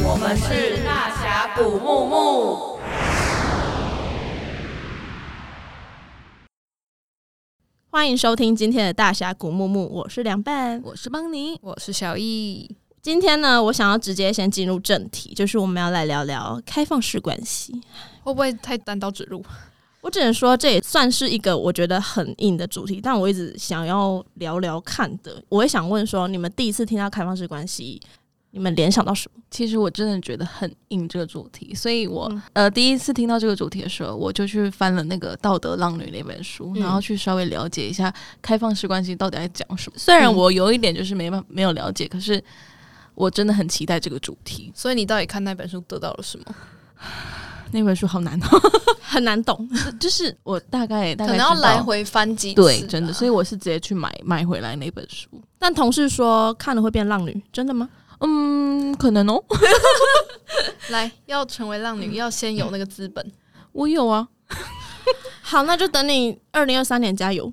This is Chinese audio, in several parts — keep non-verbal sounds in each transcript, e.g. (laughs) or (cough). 我们是大峡谷木木。欢迎收听今天的大峡谷木木，我是凉拌。我是邦尼，我是小易，今天呢，我想要直接先进入正题，就是我们要来聊聊开放式关系。会不会太单刀直入？我只能说，这也算是一个我觉得很硬的主题，但我一直想要聊聊看的。我也想问说，你们第一次听到开放式关系，你们联想到什么？其实我真的觉得很硬这个主题，所以我、嗯呃第一次听到这个主题的时候，我就去翻了那个《道德浪女》那本书，嗯然后去稍微了解一下开放式关系到底在讲什么。虽然我有一点就是没办没有了解，可是我真的很期待这个主题。所以你到底看那本书得到了什么？那本书好难哦，很难懂。 (laughs) 就是我大概大可概能要知道来回翻几次吧。对，真的，所以我是直接去买买回来那本书。但同事说看了会变浪女，真的吗？嗯，可能哦，来要成为浪女，要先有那个资 (laughs) 本。我有啊，好，那就等你二零二三年加油。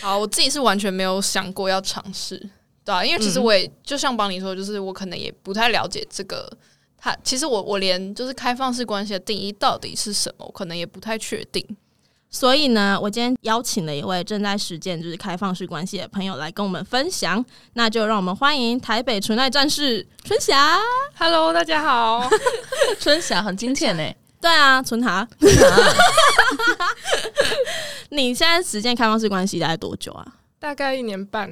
好，我自己是完全没有想过要尝试，对啊，因为其实嗯我也、就像帮你说，就是我可能也不太了解这个。它其实我我连就是开放式关系的定义到底是什么，我可能也不太确 (laughs) 定。所以呢，我今天邀请了一位正在实践就是开放式关系的朋友来跟我们分享，那就让我们欢迎台北纯爱战士春霞。 Hello，大家好，春霞很亲切呢。对啊，春霞，春霞 (laughs) 你现在实践开放式关系大概多久啊？大概一年半，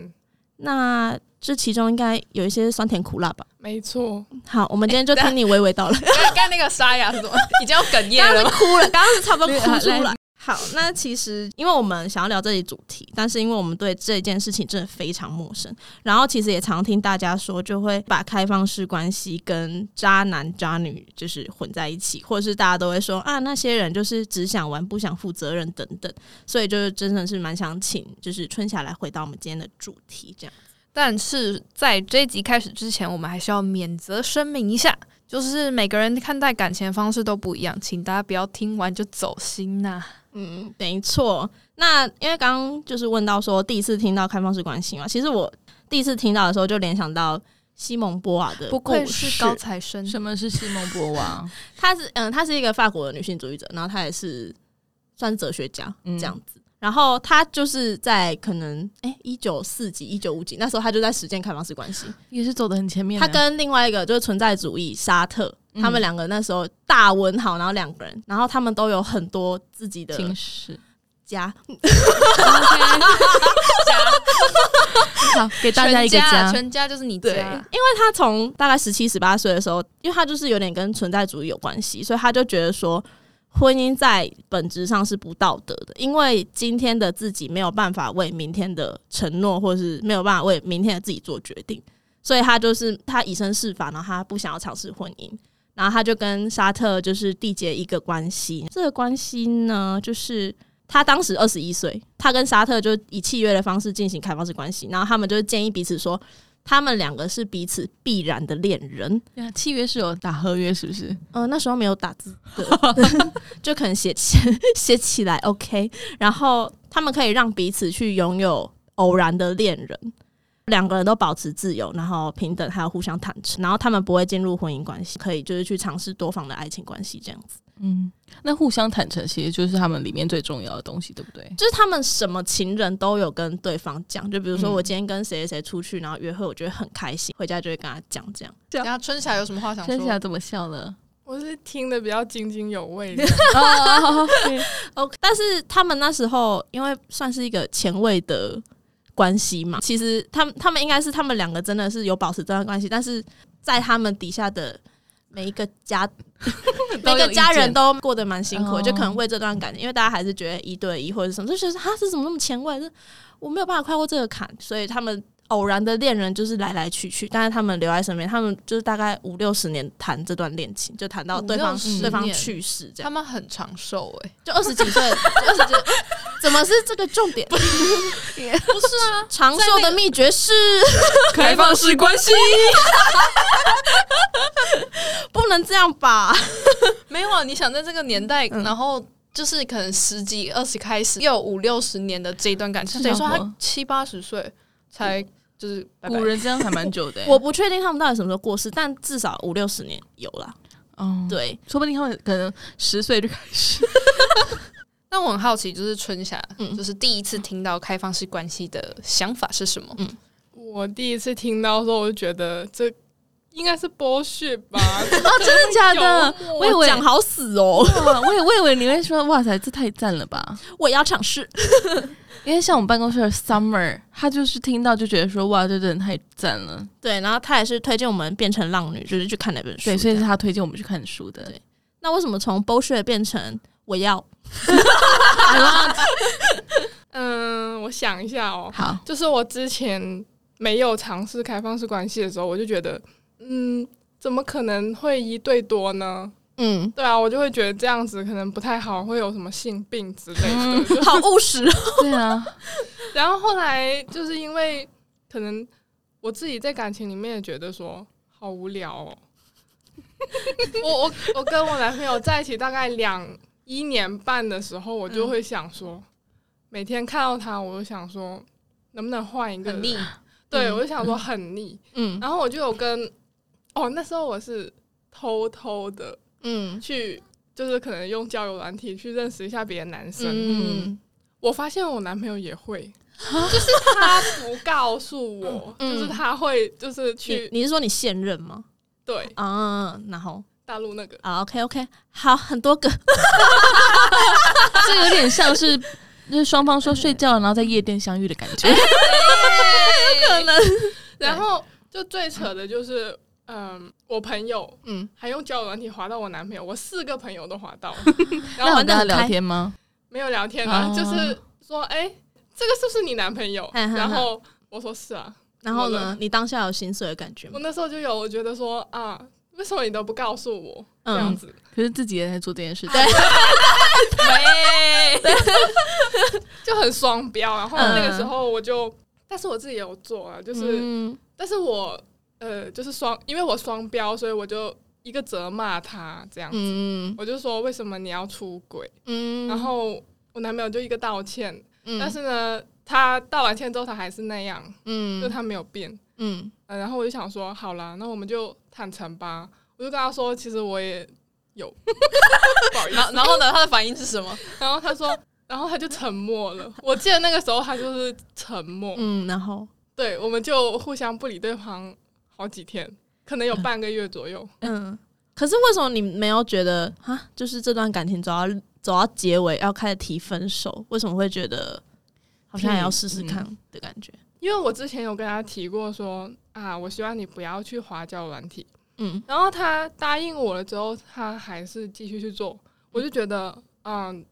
那这其中应该有一些酸甜苦辣吧？没错。好，我们今天就听你娓娓道来。刚刚那个沙哑是什么？已经要哽咽刚了刚吗？是哭了，刚刚是差不多哭出对来。好，那其实因为我们想要聊这一主题，但是因为我们对这件事情真的非常陌生，然后其实也常听大家说，就会把开放式关系跟渣男渣女就是混在一起，或者是大家都会说啊，那些人就是只想玩不想负责任等等，所以就是真的是蛮想请就是春霞来回到我们今天的主题，这样但是在这一集开始之前，我们还是要免责声明一下，就是每个人看待感情的方式都不一样，请大家不要听完就走心呐、嗯，没错。那因为刚刚就是问到说第一次听到开放式关系嘛，其实我第一次听到的时候就联想到西蒙波娃的故事，不愧是高材生，什么是西蒙波娃？她是嗯，她是一个法国的女性主义者，然后她也是算是哲学家、嗯这样子。然后她就是在可能哎一九四几一九五几那时候，她就在实践开放式关系。 (laughs) 也是走的很前面啊。她跟另外一个就是存在主义沙特，嗯他们两个那时候大文豪，然后两个人，然后他们都有很多自己的情史，家，好，给大家一个全家家，。全家就是你对，因家。为他从大概十七、十八岁的时候，因为他就是有点跟存在主义有关系，所以他就觉得说，婚姻在本质上是不道德的，因为今天的自己没有办法为明天的承诺，或是没有办法为明天的自己做决定，所以他就是他以身试法，然后他不想要尝试婚姻。然后他就跟沙特就是缔结一个关系，这个关系呢，就是他当时二十一岁，他跟沙特就以契约的方式进行开放式关系，然后他们就是建议彼此说，他们两个是彼此必然的恋人。对啊契约是有打合约，是不是？呃，那时候没有打 (laughs) 字的，就可能写 (laughs) 起写起来 OK。然后他们可以让彼此去拥有偶然的恋人，两个人都保持自由，然后平等，还有互相坦诚。然后他们不会进入婚姻关系，可以就是去尝试多方的爱情关系这样子。嗯，那互相坦诚其实就是他们里面最重要的东西，对不对？就是他们什么情人都有跟对方讲，就比如说嗯我今天跟谁谁谁出去，然后约会，我觉得很开心，回家就会跟他讲这样。然后春霞有什么话想春霞说？怎么笑了？我是听的比较津津有 (laughs) 味的， (laughs) 哦， OK，但是他们那时候因为算是一个前卫的关系嘛，其实他们他们应该是他们两个真的是有保持这段关系，但是在他们底下的每一个 (laughs) 家每都有个家意见人都过得蛮辛苦的，哦就可能为这段感情，因为大家还是觉得一对一或者什么，就觉得他是怎么那么前卫，这我没有办法跨过这个坎，所以他们。偶然的恋人就是来来去去，但是他们留在身边，他们就是大概五六十年谈这段恋情，就谈到对方五六十对方年去世这样他。们很长寿哎、就二十几岁，二十几，怎么是这个重 (laughs) 点？不是啊， (laughs) 长寿的秘诀是开放式关系 (laughs) 不能这样吧？没有啊？你想在这个年代，然后就是可能十几、二十开始，又有五六十年的这一段感情，是等于说啊他七八十岁才就是拜拜古。人这样还蛮久的、欸，我不确定他们到底什么时候过世，但至少五六十年有啦。哦，对，说不定他们可能十岁就开始。那我很好奇，就是春霞，嗯就是第一次听到开放式关系的想法是什么？嗯我第一次听到的时候，我就觉得这应该是剥削吧？啊哦，真的假的？幽默我以为讲好死哦，哇，我以我以为你会说，哇塞，这太赞了吧！ (laughs) 我也要尝试。因为像我们办公室的 Summer，他就是听到就觉得说，哇，这真的太赞了。对，然后他也是推荐我们变成浪女，就是去看那本书这对，样。所以是他推荐我们去看书的。对那为什么从 bullshit 变成我要？嗯，我想一下哦，好，就是我之前没有尝试开放式关系的时候，我就觉得，嗯，怎么可能会一对多呢？嗯，对啊，我就会觉得这样子可能不太好，会有什么性病之类 (laughs) 的。就好务实哦。对啊，然后后来就是因为可能我自己在感情里面也觉得说好无聊哦。我我我跟我男朋友在一起大概两一年半的时候，我就会想说，每天看到他，我就想说能不能换一个很腻，对，我就想说很腻。嗯然后我就有跟哦，那时候我是偷偷的嗯去，就是可能用交友软体去认识一下别的男生。嗯我发现我男朋友 (laughs) 也会，就是他不告诉我，啊嗯 (laughs) 就是他会就是你去你是说你现任吗？对啊，然后大陆那个，啊，OK OK，好，很多个，这有点像是就是双方说睡觉，然后在夜店相遇的感觉。可能，然后就最扯的就是。嗯，我朋友嗯，还用交友软体滑到我男朋友，我四个朋友都 (laughs) 滑到，然 (laughs) 那后我玩得跟他很开聊天吗？没有聊天啊，哦就是说，哎、这个是不是你男朋友？嗯哼然后我说是啊，然后怎么呢了，你当下有心碎的感觉我吗？那时候就有，我觉得说啊，为什么你都不告诉我这样嗯，子？可是自己也在做这件事情。就很双标。然后那个时候我就，但是我自己也有做啊，就是，嗯但是我呃，就是双，因为我双标，所以我就一个责骂他这样子，嗯我就说为什么你要出轨？嗯，然后我男朋友就一个道歉，嗯，但是呢，他道完歉之后他还是那样，就嗯他没有变。嗯呃然后我就想说，好啦，那我们就坦诚吧。我就跟他说，其实我也有，不好意思。然然后呢，他的反应是什么？然后他说，然后他就沉默了。我记得那个时候他就是沉默，嗯，然后对，我们就互相不理对方好几天，可能有半个月左右。嗯，可是为什么你没有觉得啊？就是这段感情走到走到结尾要开始提分手，为什么会觉得好像也要试试看的感觉？因为我之前有跟他提过说啊，我希望你不要去滑交友软体，嗯然后他答应我了之后，他还是继续去做，我就觉得嗯，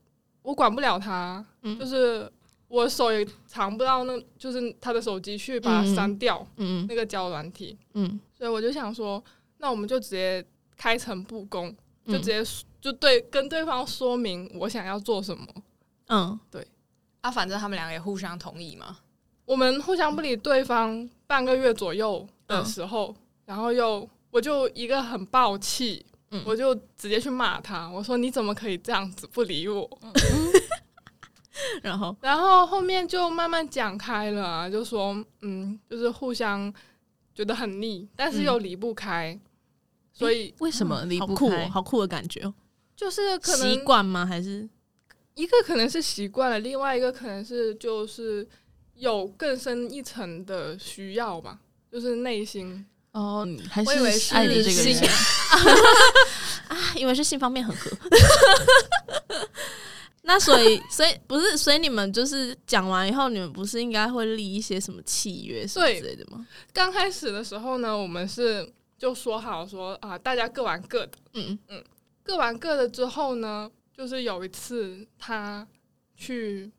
我管不了他，嗯就是我手也藏不到那，就是他的手机去把它删掉、嗯那个交友软体，嗯所以我就想说，那我们就直接开诚布公，就嗯直接说、就对跟对方说明我想要做什么。嗯啊，反正他们两个也互相同意嘛。我们互相不理对方半个月左右嗯的时候，然后又我就一个很暴气，嗯我就直接去骂他，我说你怎么可以这样子不理我？然后然后后面就慢慢讲开了、啊，就说嗯，就是互相觉得很腻，但是又离不开，嗯所以为什么离好不酷、开哦，？好酷的感觉哦，就是可习能惯吗？还是一个可能是习惯了，另外一个可能是就是有更深一层的需要吧，就是内心。哦，你还我以为是爱你这个性人。啊，因为是性方面很合。 (laughs) 那所以，所以不是，所以你们就是讲完以后，你们不是应该会立一些什么契约什么对之类的吗？刚开始的时候呢，我们是就说好说啊，大家各玩各的，嗯各玩各的之后呢，就是有一次他去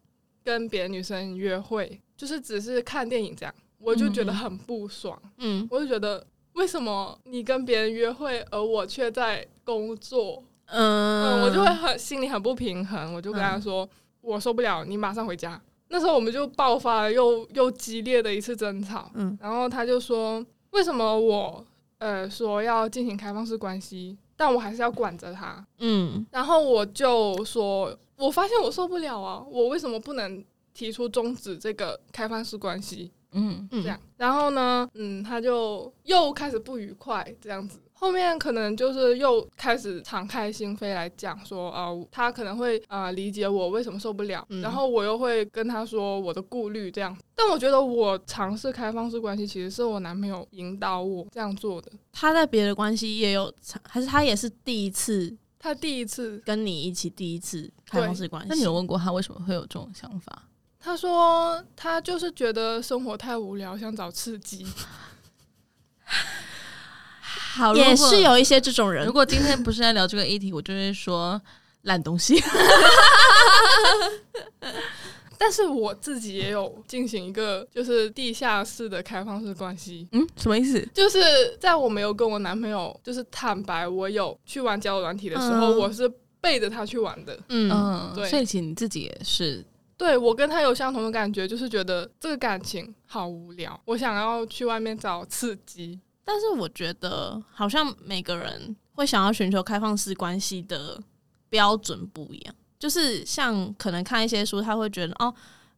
跟别的女生约会，就是只是看电影这样，我就觉得很不爽，嗯我就觉得为什么你跟别人约会，而我却在工作，嗯，嗯我就会很心里很不平衡，我就跟他说、我受不了，你马上回家。那时候我们就爆发了又又激烈的一次争吵，嗯然后他就说：“为什么我呃说要进行开放式关系，但我还是要管着他？”嗯然后我就说：“我发现我受不了啊，我为什么不能提出终止这个开放式关系？ (laughs) 嗯，这样。然后呢，嗯，他就又开始不愉快这样子。后面可能就是又开始敞开心扉来讲说啊、他可能会啊、理解我为什么受不了，嗯然后我又会跟他说我的顾虑这样。但我觉得我尝试开放式关系，其实是我男朋友引导我这样做的。他在别的关系也有尝，还是他也是第一次他第一次跟你一起第一次开放式关系？那你有问过他为什么会有这种想法？他说他就是觉得生活太无聊，想找刺激。好也是。有一些这种人如，果今天不是在聊这个议题，我就会说烂东西。但是我自己也有进行一个就是地下室的开放式关系， (laughs) 嗯，什么意思？就是在我没有跟我男朋友就是坦白我有去玩交友软体的时候，嗯我是背着他去玩的。嗯，嗯，对所以其实你自己也是，对我跟他有相同的感觉，就是觉得这个感情好无聊，我想要去外面找刺激。但是我觉得好像每个人会想要寻求开放式关系的标准不一样，就是像可能看一些书，他会觉得哦。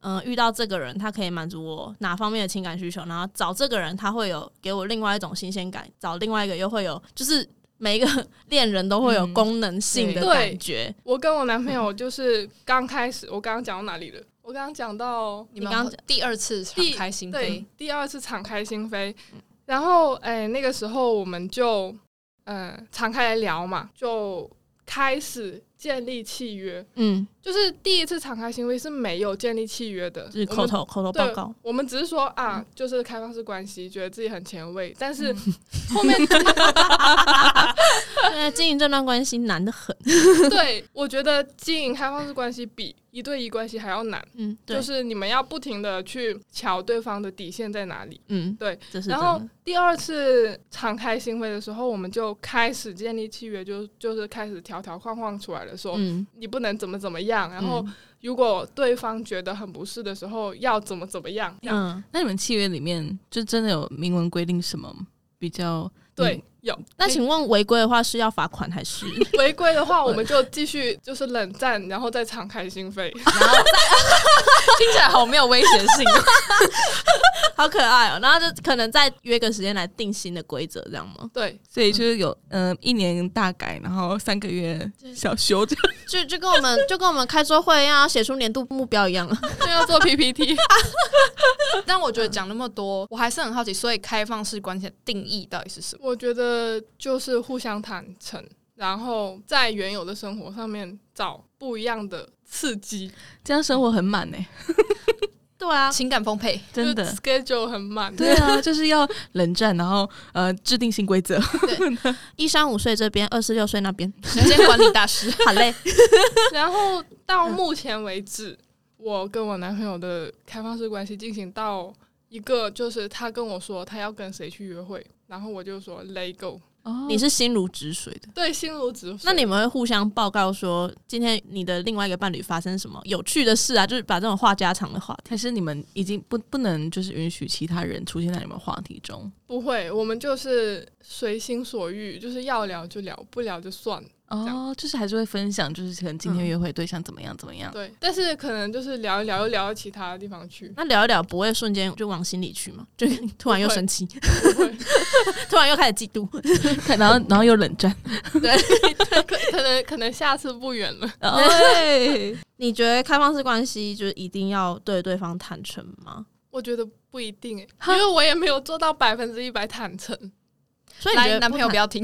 嗯、遇到这个人，他可以满足我哪方面的情感需求，然后找这个人，他会有给我另外一种新鲜感，找另外一个又会有，就是每一个恋人都会有嗯功能性的对感觉。我跟我男朋友就是刚开始，我刚刚讲到哪里了？我刚刚讲到你刚刚第二次敞第开心对扉，，第二次敞开心扉，然后哎、那个时候我们就呃敞开来聊嘛，就开始建立契约。嗯，就是第一次敞开心扉是没有建立契约的，就是我口们头口头报 (laughs) 对告，，我们只是说啊，就是开放式关系，觉得自己很前卫，(laughs) 但是后面因为经营这段关系难得很。 (laughs) 对我觉得经营开放式关系比一对一关系还要难， (laughs) 嗯，对，就是你们要不停的去瞧对方的底线在哪里。嗯，对，这是真然后的。第二次敞开心扉的时候，我们就开始建立契约，就就是开始条条框框出来了，说、嗯，你不能怎么怎么样，然后如果对方觉得很不适的时候，要怎么怎么样。这样嗯，那你们契约里面就真的有明文规定什么比较嗯对，有那请问违规的话是要罚款还是？ (laughs) 违规的话，我们就继续 (laughs) 就是冷战，然后再敞开心扉。听起来好没有 (laughs) 危险性。好可爱哦、然后就可能再约个时间来定新的规则，这样吗？对，所以就是有嗯、呃一年大改，然后三个月小修这样。 (laughs) 就就跟我们就跟我们开桌会一样，要写出年度目标一样。啊就要做 PPT。 (laughs) 但我觉得讲那么多，我还是很好奇，所以开放式关系的定义到底是什么？我觉得就是互相坦诚，然后在原有的生活上面找不一样的刺激，这样生活很满呢、 (laughs) 对啊，情感丰沛，真 (laughs) 就的。 schedule 很满。对啊， (laughs) 就是要冷战，然后呃制定新规则。一三五岁这边，二四六岁那边， (laughs) 时间管理 (laughs) 大师。好嘞。 (laughs) 然后到目前为止，我跟我男朋友的开放式关系进行到一个，就是他跟我说他要跟谁去约会，然后我就说 let go， (laughs) 哦你是心如止水的，对，心如止水。那你们会互相报告说今天你的另外一个伴侣发生什么有趣的事啊？就是把这种话家常的话题。还是你们已经不不能就是允许其他人出现在你们话题中不会，我们就是随心所欲，就是要聊就聊，不聊就算。哦，就是还是会分享，就是可能今天嗯约会对象怎么样怎么样。对，但是可能就是聊一聊，又聊到其他地方去。那聊一聊不会瞬间就往心里去吗？就 (laughs) 突然又生气， (laughs) 会突然又开始嫉妒。 (laughs) 看然后然后又冷 (laughs) 战，可可能可能下次不远了。 (laughs) (laughs) 对，你觉得开放式关系就是一定要对对方坦诚吗？我觉得不一定诶、因为我也没有做到百分之一百坦诚。所以你觉来，得男朋友不要 (laughs) 要听，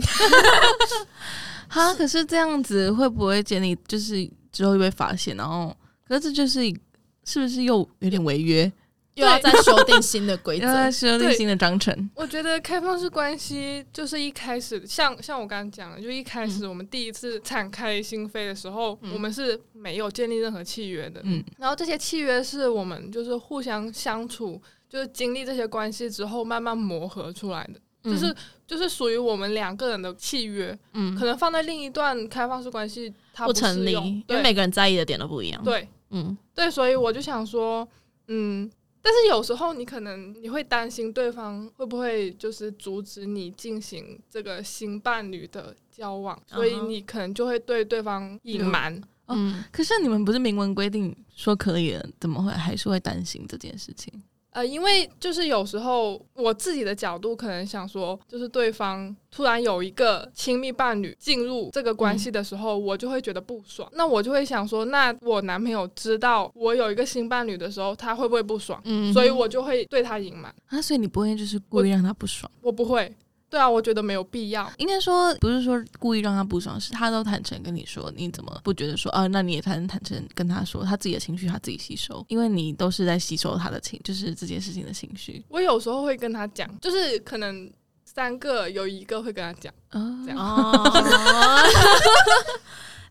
哈，可是这样子会不会建立就是之后又被发现，然后可是这就是一是不是又有点违约？又要再修订新的 (laughs) 规则？要修订对新的章程，我觉得开放式关系就是一开始，像像我刚刚讲的，就一开始我们第一次敞开心扉的时候，嗯我们是没有建立任何契约的。嗯然后这些契约是我们就是互相相处，就是经历这些关系之后慢慢磨合出来的，嗯就是就是属于我们两个人的契约，嗯可能放在另一段开放式关系它不适成立，用因为对每个人在意的点都不一样。，对嗯，对，所以我就想说，嗯，但是有时候你可能你会担心对方会不会就是阻止你进行这个新伴侣的交往，所以嗯哼你可能就会对对方隐嗯瞒。哦 (laughs) 嗯，可是你们不是明文规定说可以了，怎么会还是会担心这件事情？呃，因为就是有时候我自己的角度可能想说，就是对方突然有一个亲密伴侣进入这个嗯关系的时候，我就会觉得不爽。那我就会想说，那我男朋友知道我有一个新伴侣的时候，他会不会不爽？嗯所以我就会对他隐瞒。啊，所以你不会就是故意让他不爽？我不会，对啊，我觉得没有必要。应该说不是说故意让他不爽，是他都坦诚跟你说，你怎么不觉得说啊？那你也坦坦诚跟他说，他自己的情绪他自己吸收，因为你都是在吸收他的情，就是这件事情的情绪我有时候会跟他讲，就是可能三个有一个会跟他讲，啊这样哦， (laughs)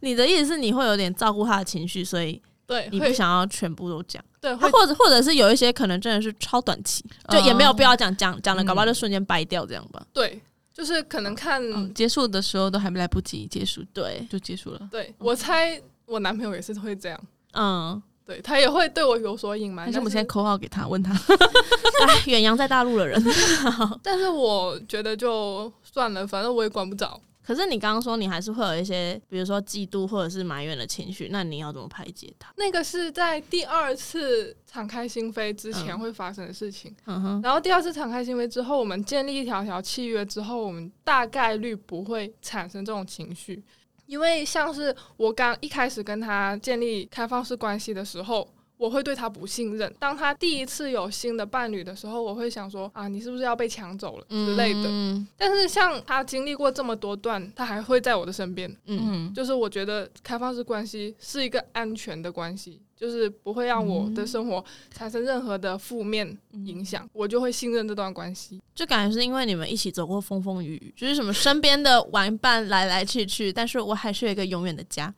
你的意思是你会有点照顾他的情绪，所以对，你会不想要全部都讲，对他会或者或者是有一些可能真的是超短期，就也哦没有必要讲讲讲了，搞不好嗯就瞬间掰掉这样吧。对，就是可能看、嗯，结束的时候都还没来不及结束， (laughs) 对，就结束了。对我猜我男朋友也是会这样，嗯，对他也会对我有所隐瞒。但是我们现在但是扣号给他，问他，哎，远洋在大陆的人。但是我觉得就算了，反正我也管不着。可是你刚刚说你还是会有一些，比如说嫉妒或者是埋怨的情绪，那你要怎么排解它？那个是在第二次敞开心扉之前嗯会发生的事情，嗯哼，然后第二次敞开心扉之后，我们建立一条条契约之后，我们大概率不会产生这种情绪，因为像是我刚一开始跟他建立开放式关系的时候。我会对他不信任。当他第一次有新的伴侣的时候，我会想说啊，你是不是要被抢走了之类的。嗯但是像他经历过这么多段，他还会在我的身边。嗯嗯，就是我觉得开放式关系是一个安全的关系，就是不会让我的生活产生任何的负面影响，我就会信任这段关系。就感觉是因为你们一起走过风风雨雨，就是什么身边的玩伴来来去去，但是我还是有一个永远的家。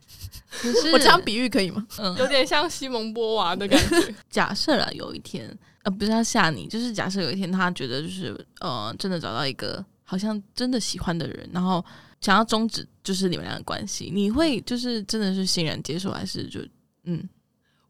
可是我这样比喻可以吗？嗯有点像西蒙波娃的感觉。假设了有一天，呃，不是要吓你，就是假设有一天他觉得就是呃，真的找到一个好像真的喜欢的人，然后想要终止就是你们俩的关系，你会就是真的是欣然接受，还是就嗯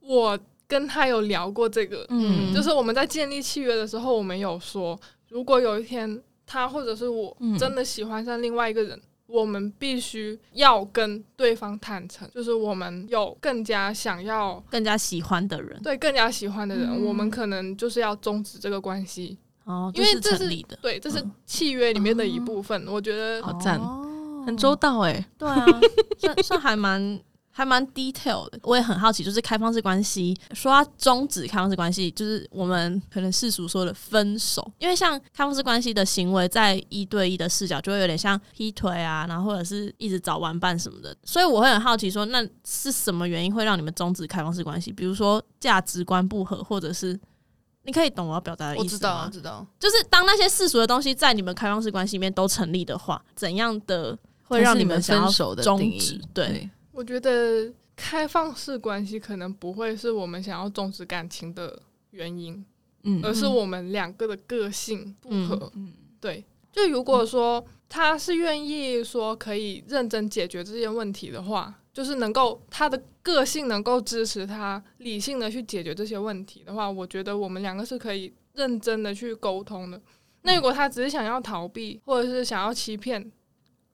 我跟他有聊过这个，嗯就是我们在建立契约的时候，我们有说，如果有一天他或者是我嗯真的喜欢上另外一个人，我们必须要跟对方坦诚，就是我们有更加想要更加喜欢的人对更加喜欢的人，嗯我们可能就是要终止这个关系，哦，因为这这是成立的，对，这是契约里面的一部分。我觉得嗯哦好赞哦很周到哎、(laughs) 对啊，算算还蛮还蛮 detail 的。我也很好奇，就是开放式关系，说要终止开放式关系，就是我们可能世俗说的分手，因为像开放式关系的行为，在一对一的视角，就会有点像劈腿啊，然后或者是一直找玩伴什么的。所以我会很好奇说，那是什么原因会让你们终止开放式关系？比如说价值观不合，或者是。你可以懂我要表达的意我思吗？知道，我知道，就是当那些世俗的东西在你们开放式关系里面都成立的话，怎样的会让你你们想要分手的终定义止对我觉得开放式关系可能不会是我们想要终止感情的原因，嗯而是我们两个的个性不合。嗯对，就如果说他是愿意说可以认真解决这些问题的话，就是能够他的个性能够支持他理性的去解决这些问题的话，我觉得我们两个是可以认真的去沟通的。嗯那如果他只是想要逃避或者是想要欺骗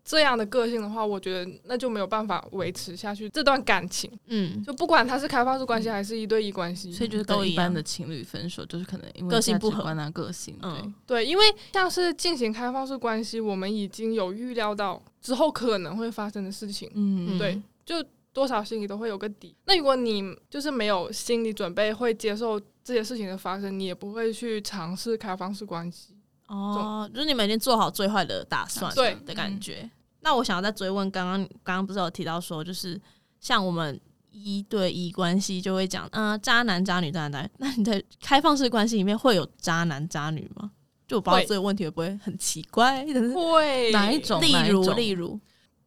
这样的个性的话，我觉得那就没有办法维持下去这段感情。嗯，就不管他是开放式关系还是一对一关系，所以就是都跟一一般样的情侣分手，就是可能因为个性价不值合观啊、个性，对，嗯对，因为像是进行开放式关系，我们已经有预料到之后可能会发生的事情，嗯嗯对，就多少心里都会有个底。那如果你就是没有心理准备，会接受这些事情的发生，你也不会去尝试开放式关系。哦，就是你们已经做好最坏的打算，对的感觉。那我想要再追问，刚刚刚刚不是有提到说，就是像我们一对一关系就会讲，嗯、渣男渣女渣男渣女。那你在开放式关系里面会有渣男渣女吗？就我不知道会这个问题会不会很奇怪，哦但是会哪一？种？例哪一如种例如，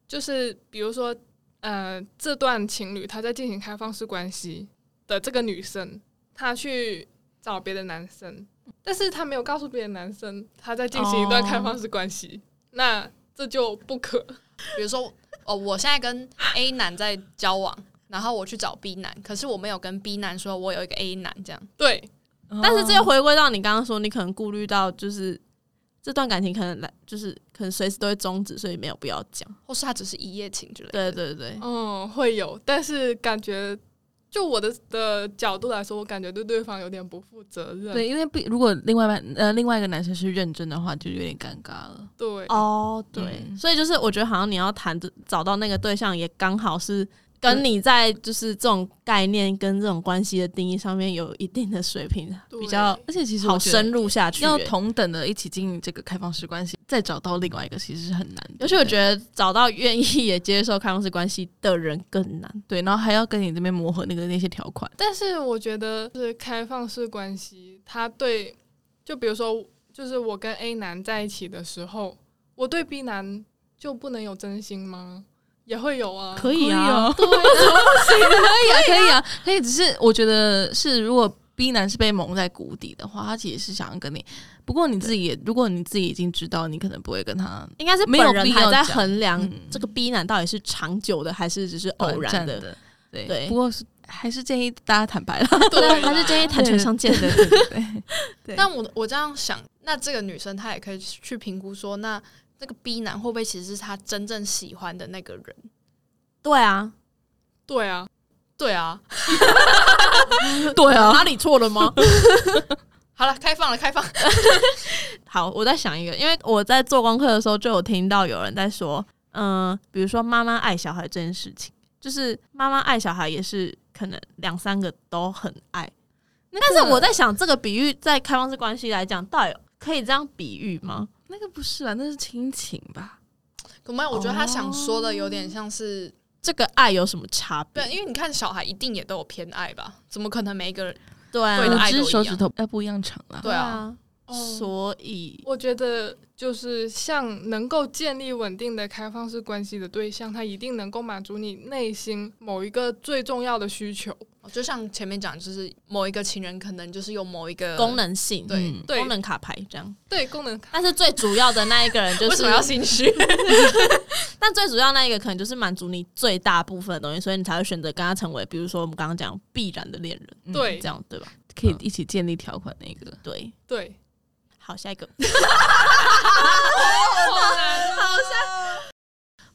就是比如说，呃，这段情侣他在进行开放式关系的这个女生，她去找别的男生，但是她没有告诉别的男生她在进行一段哦开放式关系，那这就不可。比如说，哦，我现在跟 A 男在交往，然后我去找 B 男，可是我没有跟 B 男说我有一个 A 男，这样对，嗯但是这又回归到你刚刚说，你可能顾虑到就是这段感情可能来，就是可能随时都会终止，所以没有必要讲。嗯或是他只是一夜情之类的。对对对，嗯，会有，但是感觉就我的的角度来说，我感觉对对方有点不负责任。对，因为不如果另外一半呃另外一个男生是认真的话，就有点尴尬了。对哦，对，嗯所以就是我觉得好像你要谈的找到那个对象，也刚好是跟你在就是这种概念跟这种关系的定义上面有一定的水平，对比较而且其实我好觉得深入下去、要欸同等的一起经营这个开放式关系，再找到另外一个其实是很难的。而且我觉得得找到愿意也接受开放式关系的人更难。对，然后还要跟你这边磨合那个那些条款。但是我觉得是开放式关系，他对，就比如说，就是我跟 A 男在一起的时候，我对 B 男就不能有真心吗？也会有啊，可以啊，呃可以啊，可以啊，可以。只是我觉得是，如果 B 男是被蒙在鼓底的话，他其实是想要跟你。不过你自己也，如果你自己已经知道，你可能不会跟他应该是没有本人必还要在讲衡量嗯这个 B 男到底是长久的还是只是偶短然暂的。的。对，对不过是还是建议大家坦白了，对， (laughs) 还是建议坦诚相见啊对对对对对但我我这样想，那这个女生她也可以去评估说，那那个 B 男会不会其实是她真正喜欢的那个人？对啊，对啊，对啊，对啊，哪里错了吗？好了，开放了，开放。 (laughs) 好，我在想一个，因为我在做功课的时候就有听到有人在说，嗯、比如说妈妈爱小孩这件事情，就是妈妈爱小孩也是可能两三个都很爱，但是我在想这个比喻在开放式关系来讲，到底可以这样比喻吗？那个不是啊，那是亲情吧？可没有，我觉得她想说的有点像是，这个爱有什么差别对，？因为你看小孩一定也都有偏爱吧？怎么可能每一个人？对啊对的五爱都只一手样指头要不一样长了。对啊，哦，所以我觉得就是像能够建立稳定的开放式关系的对象，他一定能够满足你内心某一个最重要的需求。哦就像前面讲，就是某一个情人可能就是有某一个功，能性对嗯对功能卡牌这样，对，功能但是最主要的那一个 (laughs) 人就为是什么要心虚？但最主要那一个可能就是满足你最大部分的东西，所以你才会选择跟他成为，比如说我们刚刚讲必然的恋人，嗯对这样对吧？可以一起建立条款那个。对，对，好，下一个，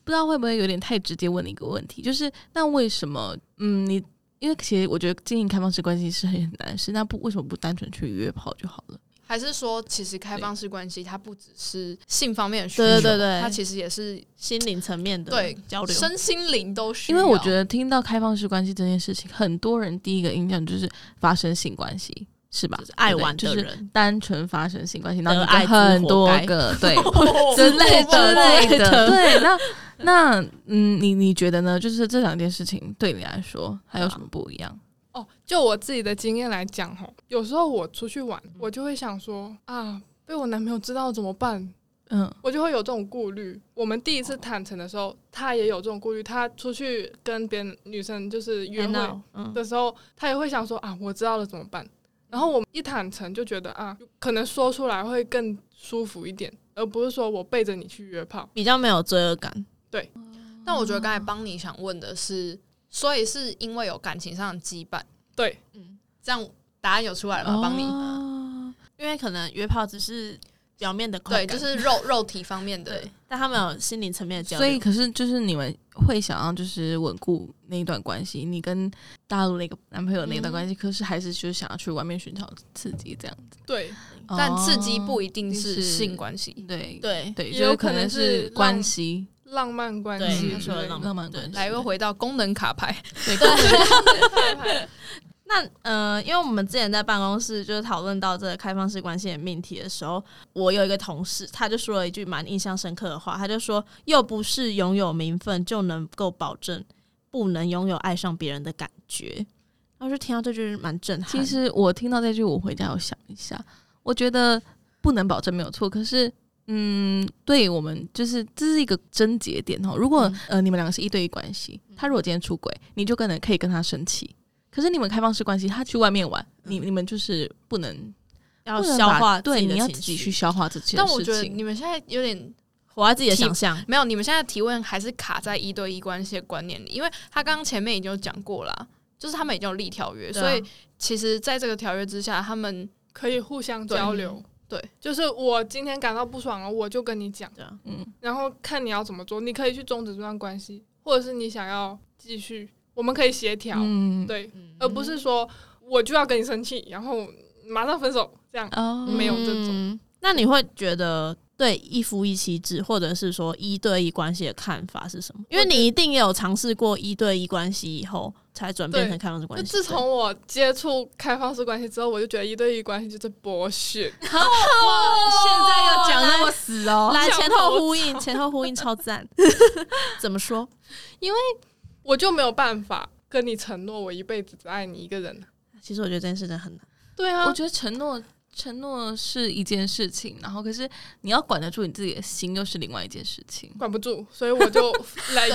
不知道会不会有点太直接问你一个问题，就是那为什么，嗯，你因为其实我觉得经营开放式关系是很难的事，那不为什么不单纯去约炮就好了？还是说，其实开放式关系它不只是性方面的需求，对对对它其实也是心灵层面的对交流，身心灵都需因要。为我觉得听到开放式关系这件事情，很多人第一个印象就是发生性关系，是吧？就是爱玩对的不对人就。是单纯发生性关系，然后得艾你跟滋很多活该个对 (laughs) 之之类类的的之类之类的，的对，那那嗯，你你觉得呢？就是这两件事情对你来说还有什么不一样？哦，就我自己的经验来讲，吼，有时候我出去玩，嗯我就会想说啊，被我男朋友知道怎么办？嗯，我就会有这种顾虑。我们第一次坦诚的时候，他也有这种顾虑。他出去跟别人女生就是约哎会，no，嗯，的时候，他也会想说啊，我知道了怎么办？然后我们一坦诚就觉得啊，可能说出来会更舒服一点，而不是说我背着你去约炮。比较没有罪恶感，但我觉得刚才邦尼想问的是，所以是因为有感情上的羁绊，嗯对，这样答案有出来了吗？邦尼、哦因为可能约炮只是表面的快对，感，就是肉 (laughs) 肉体方面的对，但他们有心灵层面的交流，所以，可是就是你们会想要就是稳固那一段关系，你跟大陆那个男朋友那一段关系，可是还是就是想要去外面寻找刺激这样子，对，但刺激不一定就是哦是性关系。对对对，也就有可可能能是是让关系浪漫关对系他之说类的的浪。 (laughs) 浪漫关系，来，又回到功能卡牌，对对那呃，因为我们之前在办公室就是讨论到这个开放式关系的命题的时候，我有一个同事，他就说了一句蛮印象深刻的话，他就说：“又不是拥有名分就能够保证不能拥有爱上别人的感觉。”然后就听到这句蛮震撼。其实我听到这句，我回家有想一下，我觉得不能保证没有错，可是。嗯，对我们就是这是一个症结点哦。如嗯果、呃你们两个是一对一关系，他如果今天出轨，你就可能可以跟他生气。可是你们开放式关系，他去外面玩，你你们就是不能嗯要不能消把化自对，己你的要情自己绪，去消化这件事情。 (laughs) 但我觉得你们现在有点活在自己的想象。没有，你们现在提问还是卡在一对一关系的观念里，因为他刚刚前面已经有讲过了，就是他们已经有立条约，对啊所以其实在这个条约之下，他们可以互相交流。对对就是我今天感到不爽了，我就跟你讲，对啊，嗯，然后看你要怎么做。你可以去终止这段关系，或者是你想要继续，我们可以协调，嗯，对，而不是说我就要跟你生气，然后马上分手这样。哦，没有这种嗯那你会觉得对一夫一妻制，或者是说一对一关系的看法是什么？因为你一定也有尝试过一对一关系以后，才转变对成开放式关就系。自从我接触开放式关系之后，我就觉得一对一关系就是剥削。现在要讲那么死哦 (laughs) 来想前后呼应，前后呼应超 (laughs) 赞。怎么说？我就没有办法跟你承诺我一辈子只爱你一个人。其实我觉得这件事真的很难。对我啊，觉得承诺承诺是一件事情，然后可是你要管得住你自己的心，又是另外一件事情。管不住，所以我就 (laughs) 来有。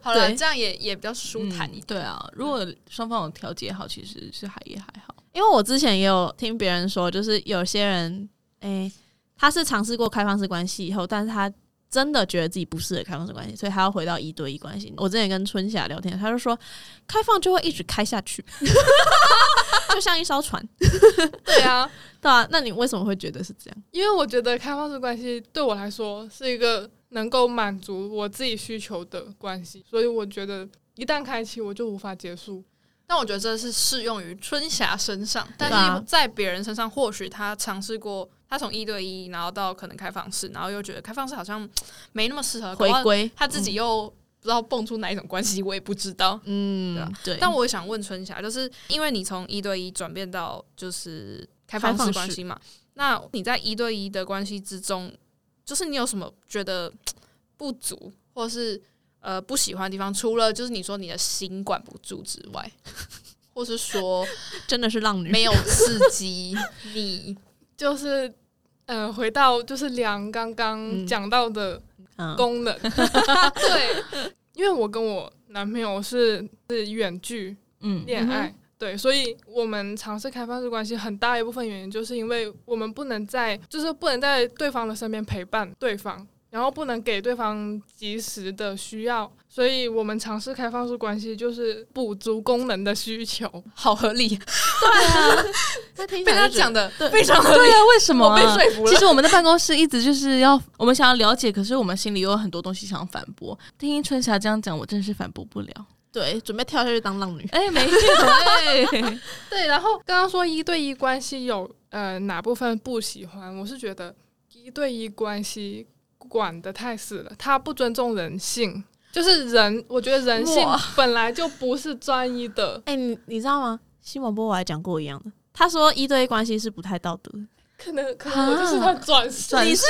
好了，对这样也也比较舒坦一点。嗯对啊，如果双方有调节好，其实是还也还好。因为我之前也有听别人说，就是有些人，诶、他是尝试过开放式关系以后，但是他真的觉得自己不适合开放式关系，所以他要回到一对一关系。我之前跟春霞聊天，她就说，开放就会一直开下 (laughs) 去，就像一艘船。对啊，对啊，那你为什么会觉得是这样？因为我觉得开放式关系对我来说是一个能够满足我自己需求的关系，所以我觉得一旦开启，我就无法结束。但我觉得这是适用于春霞身上，但对啊是在别人身上，或许他尝试过，他从一对一，然后到可能开放式，然后又觉得开放式好像没那么适合，回搞不好归，他自己又不知道蹦出哪一种关系，我也不知道。嗯，啊对。但我想问春霞，就是因为你从一对一转变到就是开放开放式式关系嘛，那你在一对一的关系之中，就是你有什么觉得不足，或是呃不喜欢的地方？除了就是你说你的心管不住之外， (laughs) 或是说真的是浪女，没有刺激 (laughs) 你，就是，嗯、回到就是梁刚刚嗯讲到的 (laughs) 嗯功能， (laughs) 对，因为我跟我男朋友是是远距嗯，恋爱，对，所以我们尝试开放式关系很大一部分原因就是因为我们不能在，就是不能在对方的身边陪伴对方，然后不能给对方及时的需要，所以我们尝试开放式关系就是补足功能的需求。好合理，那听起被来他就觉讲得对的非常合理。对啊，为什么、啊？我被说服了其实我们在办公室一直就是要，我们想要了解，可是我们心里又有很多东西想要反驳。听春霞这样讲，我真的是反驳不了。对，准备跳下去当浪女。哎、没有、 (laughs) 哎对，然后刚刚说一对一关系有呃哪部分不喜欢，我是觉得一对一关系管得太死了，他不尊重人性。就是人，我觉得人性哇本来就不是专一的，哎、你你知道吗？新闻播我还讲过一样的，他说一对一关系是不太道德的。 (laughs) 可能可能我就是他转世，啊转世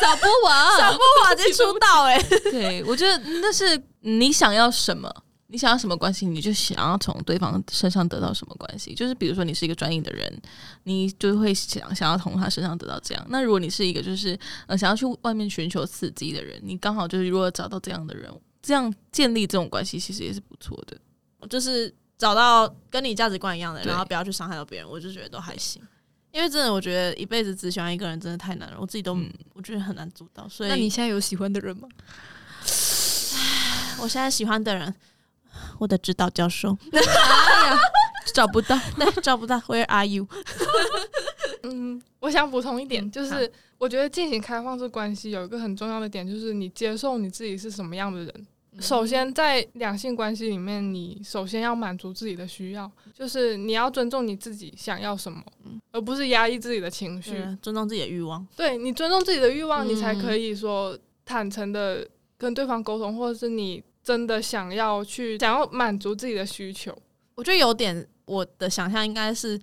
小波娃，啊啊小波娃直接出道哎、 (laughs) 对，我觉得那是你想要什么，你想要什么关系，你就想要从对方身上得到什么关系。就是比如说，你是一个专业的人，你就会想想要从他身上得到这样。那如果你是一个就是呃想要去外面寻求刺激的人，你刚好就是如果找到这样的人，这样建立这种关系其实也是不错的。就是找到跟你价值观一样的人，对然后不要去伤害到别人，我就觉得都还行。因为真的，我觉得一辈子只喜欢一个人真的太难了，我自己都、嗯我觉得很难做到。所以，那你现在有喜欢的人吗？ (sighs) 我现在喜欢的人，我的指导教授， (laughs) 找不 (laughs) 到，对，找不到，Where are you？ (laughs) 嗯，我想补充一嗯点，就是我觉得进行开放式关系有一个很重要的点，就是你接受你自己是什么样的人。嗯首先，在两性关系里面，你首先要满足自己的需要，嗯就是你要尊重你自己想要什么，而不是压抑自己的情绪。嗯去尊重自己的欲望。对你尊重自己的欲望，嗯你才可以说坦诚的跟对方沟通，或者是你真的想要去想要满足自己的需求。我觉得有点，我的想象应该是，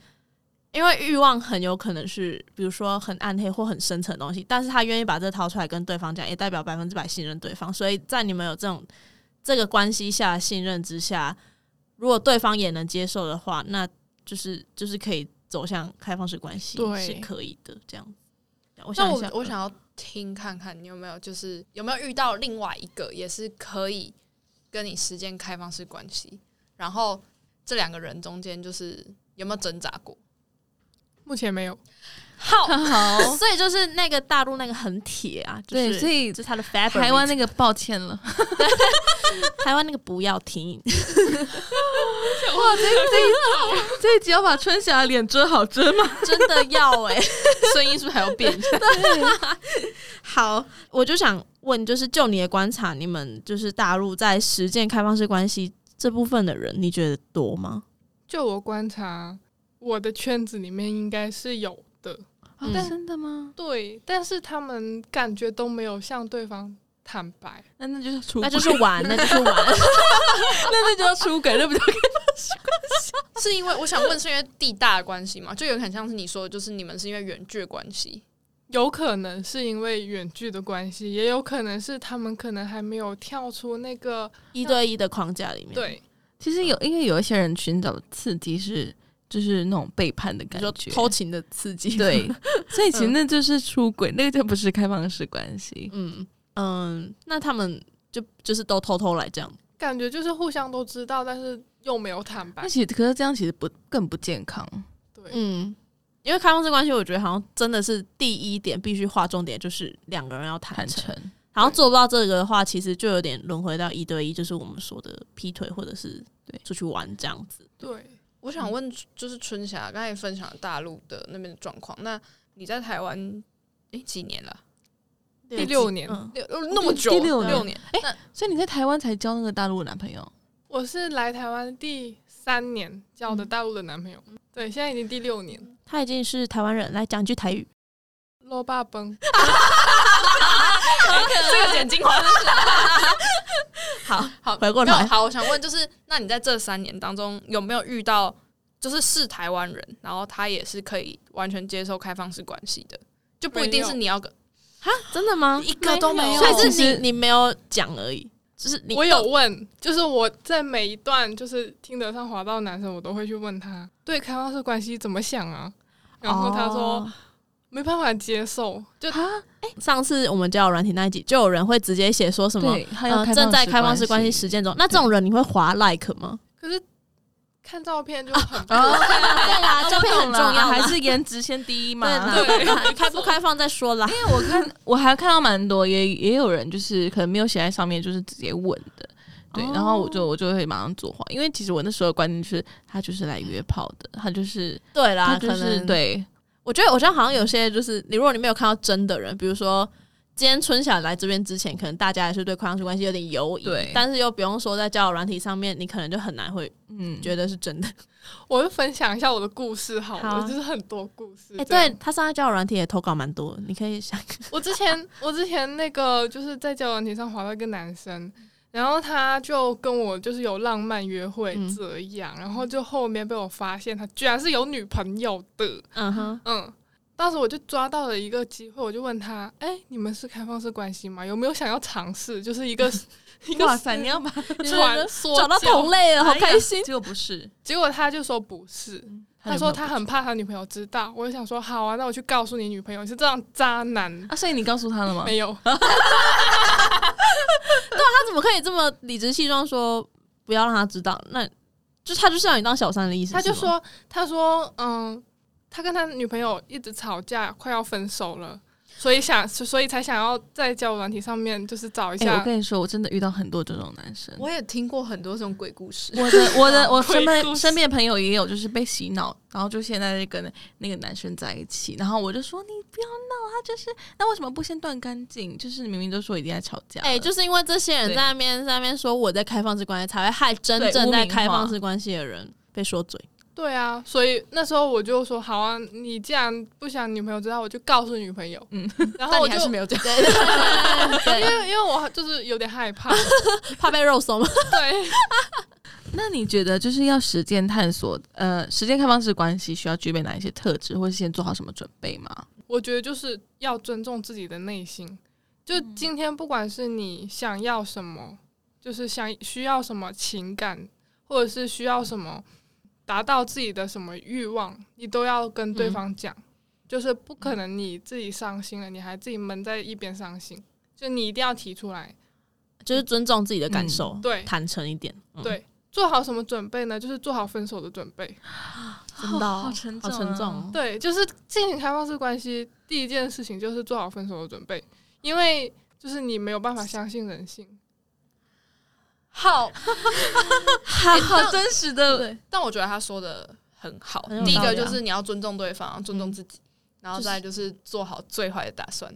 因为欲望很有可能是，比如说很暗黑或很深层的东西，但是他愿意把这掏出来跟对方讲，也代表百分之百信任对方。所以在你们有这种这个关系下信任之下，如果对方也能接受的话，那就是就是可以走向开放式关系，对是可以的。这样，我那想一我下，嗯我想要听看看你有没有就是有没有遇到另外一个也是可以跟你实践开放式关系，然后这两个人中间就是有没有挣扎过？目前没有，好。好，所以就是那个大陆那个很铁啊，就是、对，所以就是他的 fabric。台湾那个抱歉了， (laughs) 台湾那个不要停， (laughs) 哇，这这一这一集要把春霞的脸遮好遮 (laughs) 吗？真的要哎、 (laughs) 声音是不是还要变一下？好，我就想问，就是就你的观察，你们就是大陆在实践开放式关系这部分的人，你觉得多吗？就我观察，我的圈子里面应该是有的，啊嗯真的吗？对，但是他们感觉都没有向对方坦白，那那就是出那轨，就是 (laughs) 玩，那就是玩。那那就要出轨，那不就是因为我想问，是因为地大的关系嘛？就有点像是你说的，就是你们是因为远距的关系，有可能是因为远距的关系，也有可能是他们可能还没有跳出那个一对一的框架里面，，对， (laughs) 其实有，因为有一些人寻找刺激是就是那种背叛的比感如说觉， (laughs) 偷情的刺激，对，所以其实那就是出轨，那个就不是开放式关系。 (laughs) 嗯嗯，那他们就就是都偷偷来这样，感觉就是互相都知道，但是又没有坦白那，其实可是这样其实不更不健康，对，嗯，因为开放式关系，我觉得好像真的是第一点必须划重点，就是两个人要坦坦诚，诚。然后做不到这个的话，其实就有点轮回到一对一，就是我们说的劈腿或者是对出去玩这样子。对，我想问，就是春霞刚才分享大陆的那边的状况，那你在台湾诶、几年了？第六年嗯六呃那么久，第六年年六年，所以你在台湾才交那个大陆的男朋友，我是来台湾第三年交的大陆的男朋友，对，现在已经第六年，他已经是台湾人，来讲一句台语。落霸崩， (laughs) 这个剪精华。好，好回过没有来，好，我想问，就是那你在这三年当中有没有遇到，就是是台湾人，然后他也是可以完全接受开放式关系的，就不一定没有是你要跟真的吗？一个都没有所以其实是你你没有讲而已，就是你我有问，就是我在每一段就是听得上滑到的男生，我都会去问他对开放式关系怎么想啊，然后他说、哦没办法接受，就上次我们交友软体那一集，就有人会直接写说什么对，还有呃正在开放式关系时实践中，那这种人你会划 like 吗？可是看照片就很啊，对哦啦，哦照片很重要，还是颜值先第一嘛？对 (laughs) 啦，开不开放再说啦。因为我看我还看到蛮多，也也有人就是可能没有写在上面，就是直接问的。对，哦然后我就我就会马上作画，因为其实我那时候的观念就是他就是来约炮的，他就是、对啦，他就可是能。对我觉得，我觉得好像有些就是，你如果你没有看到真的人，比如说今天春晓来这边之前，可能大家还是对开放式关系有点犹疑，对但是又不用说在交友软体上面，你可能就很难会嗯，觉得是真的。我就分享一下我的故事好了，好啊就是很多故事。哎、这样对，他上在交友软体也投稿蛮多，你可以想，我之前我之前那个就是在交友软体上滑到一个男生，然后他就跟我就是有浪漫约会嗯这样，然后就后面被我发现他居然是有女朋友的，嗯哼，嗯。当时我就抓到了一个机会，我就问他：“哎、你们是开放式关系吗？有没有想要尝试？就是 (laughs) 一个一个哇塞，你要把传说找到教同类了，好开心。 (laughs) 心，哎结果不是，结果他就说不是，他女说朋他友很怕他女朋友知道。我就想说，好啊，那我去告诉你女朋友你是这样渣男。啊，所以你告诉他了吗？没有，他怎么可以这么理直气壮说不要让他知道？那就他就是让你当小三的意思， (laughs) 他就是吗说，他说，嗯，他跟他女朋友一直吵架，快要分手了，所以想，所以才想要在交友软体上面就是找一哎、下。我跟你说，我真的遇到很多这种男生。我也听过很多这种鬼故事，我的我 (laughs) 的我身鬼故边事身边的朋友也有，就是被洗脑，然后就现在就跟那个男生在一起，然后我就说你不要闹，他就是那为什么不先断干净？就是你明明就说一定在吵架了，哎、就是因为这些人对在那边在那边说我在开放式关系，才会害真对正污名在化开放式关系的人被说嘴。对啊，所以那时候我就说，好啊，你既然不想女朋友知道，我就告诉女朋友。嗯嗯， (laughs) 然后但我你就还是没有这样。因为因为我就是有点 (laughs) 害怕，怕被肉搜吗？ (laughs) 对，那你觉得就是要实践探索，呃，实践开放式关系需要具备哪一些特质，或是先做好什么准备吗？我觉得就是要尊重自己的内心。就今嗯天，不管是你想要什么，就是想需要什么情感，或者是需要什么达到自己的什么欲望，你都要跟对方讲。嗯就是不可能你自己伤心了，你还自己闷在一边伤心，就你一定要提出来。就是尊重自己的感受，对坦诚一点。嗯对做好什么准备呢？就是做好分手的准备。 (laughs) (laughs) 真的哦、好沉好重啊沉重哦、对，就是进行开放式关系，第一件事情就是做好分手的准备，因为就是你没有办法相信人性。好，好哎好真实的，但我觉得他说的很好很有。第一道个理啊嗯就是你要尊重对方，尊重自己，然后再来就是做好最坏的打算。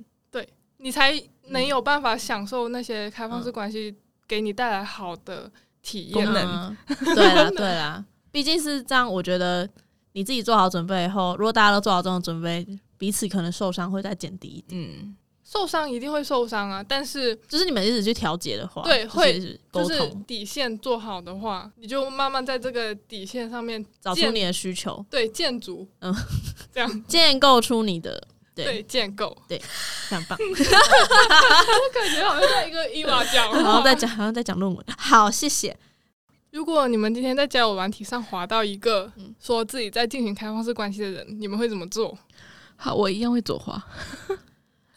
你才能有办法享受那些开放式关系给你带来好的体验功嘛。能嗯，对啦对啦，毕竟是这样，我觉得你自己做好准备以后，如果大家都做好这种准备，彼此可能受伤会再减低一点。嗯，受伤一定会受伤啊，但是就是你们一直去调节的话，对就是会一直沟就通，是底线做好的话，你就慢慢在这个底线上面找出建你的需求，对建筑，嗯嗯，这样建构出你的对对建 (laughs) 构，很棒。 (laughs) 感觉好像在一个伊 (laughs) 娃 (laughs) 讲然后话。再讲，然后再讲论文。好，谢谢。如果你们今天在交友软体上滑到一个说自己在进行开放式关系的人，你们会怎么做？好，我一样会左滑，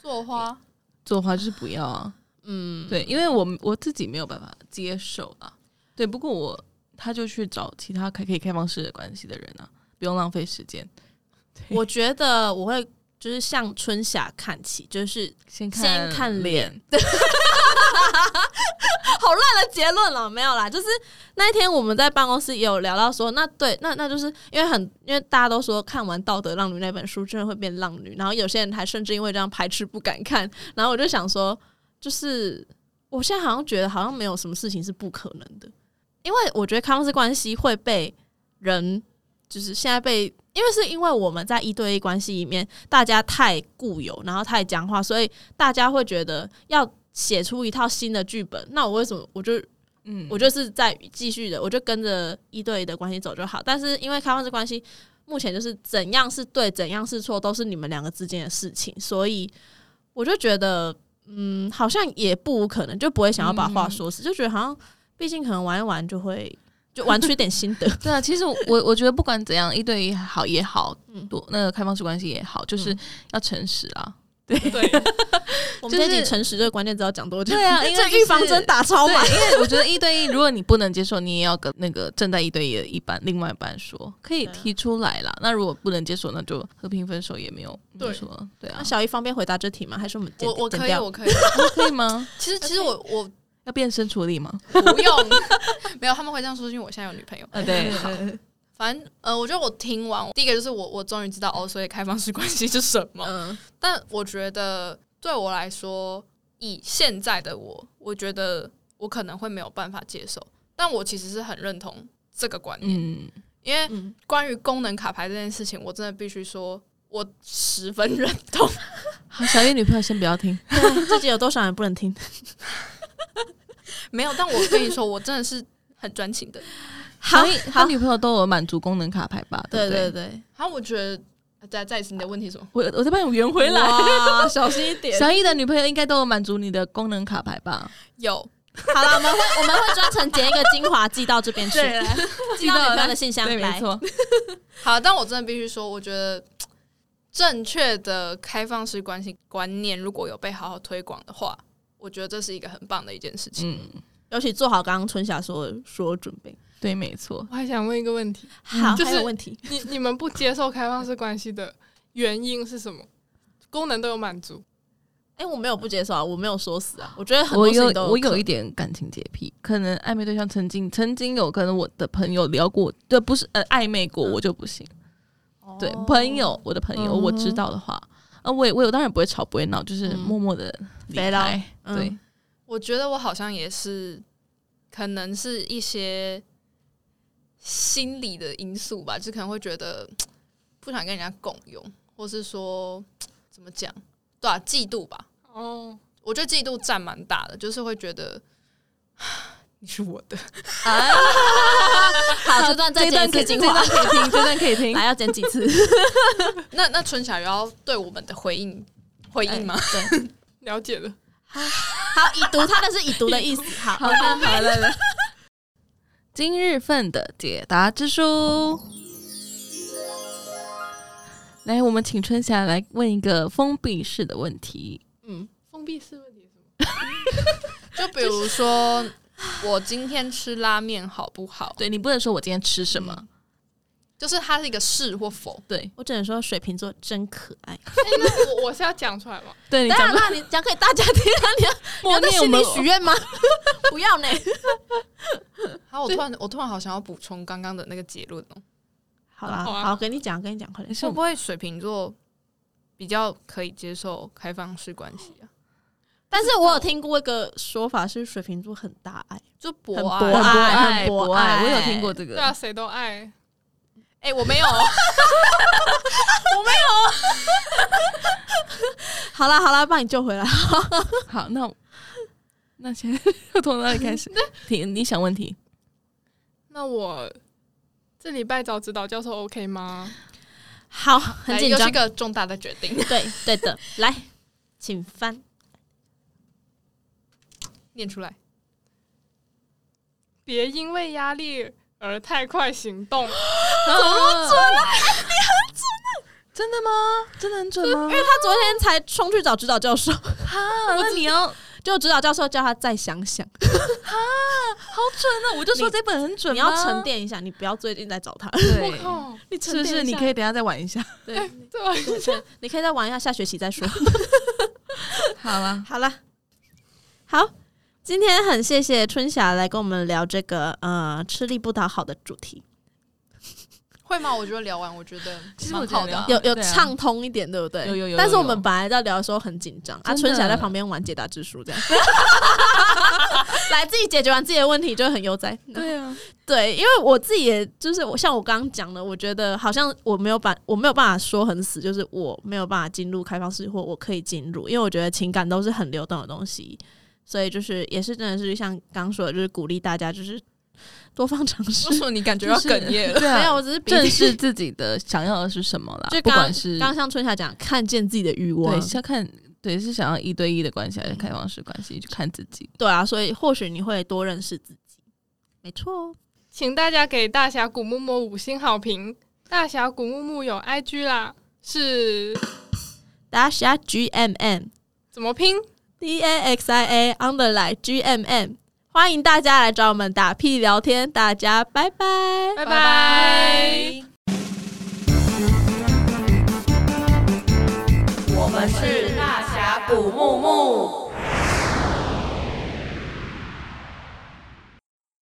做花，左滑就是不要啊。嗯，对，因为我我自己没有办法接受啊。对，不过我他就去找其他开可以开放式的关系的人啊，不用浪费时间。我觉得我会就是向春夏看齐，就是先看先看脸，好烂的结论了，没有啦，就是那一天我们在办公室也有聊到说，那对，那那就是因为很，因为大家都说看完《道德浪女》那本书真的会变浪女，然后有些人还甚至因为这样排斥不敢看，然后我就想说，就是我现在好像觉得好像没有什么事情是不可能的，因为我觉得开放式关系会被人就是现在被，因为是因为我们在一对一关系里面大家太固有，然后太僵化，所以大家会觉得要。写出一套新的剧本，那我为什么我就嗯，我就是在继续的，我就跟着一对一的关系走就好。但是因为开放式关系，目前就是怎样是对，怎样是错，都是你们两个之间的事情，所以我就觉得，嗯，好像也不无可能，就不会想要把话说嗯死，就觉得好像，毕竟可能玩一玩就会就玩出一点心 (laughs) 得。对啊，其实我我觉得不管怎样，一对一好也好嗯，多那个开放式关系也好，就是要诚实啊。对，我就们是这里诚实这个关键字要讲多久？对啊因 (laughs) 为这就是预防针打超 (laughs) 对满。，因为我觉得一对一，如果你不能接受，你也要跟那个正在一对一的一半另外一半说，可以对啊提出来啦。那如果不能接受，那就和平分手也没有对没说，对啊那，小姨方便回答这题吗？还是我们剪我我剪可以，掉我可以。可以吗？其实其实我我 (laughs) 要变身处理吗？不用， (laughs) 没有他们会这样说，是因为我现在有女朋友。(laughs) 啊，对，好，嗯反正呃，我觉得我听完第一个就是我我终于知道哦，所以开放式关系是什么。嗯，但我觉得对我来说，以现在的我，我觉得我可能会没有办法接受。但我其实是很认同这个观念，嗯，因为嗯关于功能卡牌这件事情，我真的必须说，我十分认 (laughs) 同。好，小叶女朋友先不要听，对 (laughs) 自己有多少人不能听？没有，但我跟你说，我真的是很专情的。 (laughs) 好小叶，他好，女朋友都有满足功能卡牌吧？对不对对，好，我觉得呃再再一次，你的问题是什么？我我再帮你圆回来。哇，小心一点。小易的女朋友应该都有满足你的功能卡牌吧？有好了，我们会 (laughs) 我们会专程剪一个精华寄到这边去， (laughs) 寄到女朋友的信箱对，没来。错。好，但我真的必须说，我觉得正确的开放式关系观念如果有被好好推广的话，我觉得这是一个很棒的一件事情。嗯，尤其做好刚刚春霞说的说的准备。对，没错。我还想问一个问题，好，就是还有问题？ (laughs) 你你们不接受开放式关系的原因是什么？功能都有满足，哎，我没有不接受啊，我没有说死啊。我觉得很我多事有情都我有有一点感情洁癖，可能暧昧对象曾经曾经有跟我的朋友聊过，对，不是呃暧昧过，嗯我就不行。可能对哦，朋友，我的朋友，嗯我知道的话，啊，我也我有当然不会吵，不会闹，就是嗯默默的离飞到开。嗯对，我觉得我好像也是，可能是一些心理的因素吧，就可能会觉得不想跟人家共用，或是说怎么讲，对啊，嫉妒吧。哦，我觉得嫉妒占蛮大的，就是会觉得你是我的，啊好，这段再这剪一段次可以，这精华段，可以听，这段可以听。来要剪几次？那那春霞有要对我们的回应回应吗？了解了。 (laughs) 好，已读，他的是已读的 (laughs) 意思。好，好了好了，来今日份的解答之书。来，我们请春霞来问一个封闭式的问题。嗯，封闭式问题是什么？就比如说，我今天吃拉面好不好？对你不能说我今天吃什嗯么，就是它是一个是或否。对我只能说水瓶座真可爱。哎、那我我是要讲出来吗？对，你当讲然不啦，你讲给大家听啊，你要默你要在念我心们里许愿吗？不要呢。好，我突然我突然好想要补充刚刚的那个结论哦、 (laughs) 好啦，好啊好，跟你讲，跟你讲，快点是会我不会水瓶座比较可以接受开放式关系啊？但是我有听过一个说法是水瓶座很大爱，就很博博爱，啊爱，很博爱很博博爱我有听过这对个啊，，谁都爱。哎、我没有，好啦好啦，帮你救回来。 (laughs) 好，(laughs) 那我那先 (laughs) 要从哪里开始？题你想问题？那我这礼拜找指导教授 OK 吗？好，很来紧哎又是张一，个重大的决定。对对的，来，请翻。念出来，别因为压力而太快行动。怎么准啊？你很准啊！真的吗？真的很准吗？他昨天才冲去找指导教授，啊，那你要 (laughs) 就指导教授叫他再想想，好准啊！我就说这本很准，你要沉。淀一下，你不要最近再找他。我对，靠，你是不是？你可以等一下再玩一下。对，这玩意对对你可以再玩一下，下学期再说。好啊啦，好了，好，今天很谢谢春霞来跟我们聊这个呃吃力不讨好的主题，会吗？我觉得聊完，我觉得其实蛮我觉得好的啊、有有对啊畅通一点，对不对？有有有但是有我们本来在聊的时候很紧张啊，真的春霞在旁边玩解答之书， (laughs) 这样。来自己解决完自己的问题就很悠哉， (laughs) 对啊，对，因为我自己也就是我像我刚刚讲的，我觉得好像我没有把我没有办法说很死，就是我没有办法进入开放式，或我可以进入，因为我觉得情感都是很流动的东西，所以就是也是真的是像刚说的，就是鼓励大家就是多方尝试为。什么你感觉就要是哽咽了？ (laughs) 对没有，啊，我只是比正 (laughs) 视自己的想要的是什么啦就。不刚管是刚像春霞讲，看见自己的欲望对，，是要看对是想要一对一的关系还是开放式关系，就看自己。对啊，所以或许你会多认识自己，没错哦。请大家给大峡谷木木五星好评。大峡谷木木有 IG 啦，是大家 G M M 怎么拼？ D A X I A underline G M M，欢迎大家来找我们打屁聊天，大家拜拜。拜拜我们是大峡谷木木。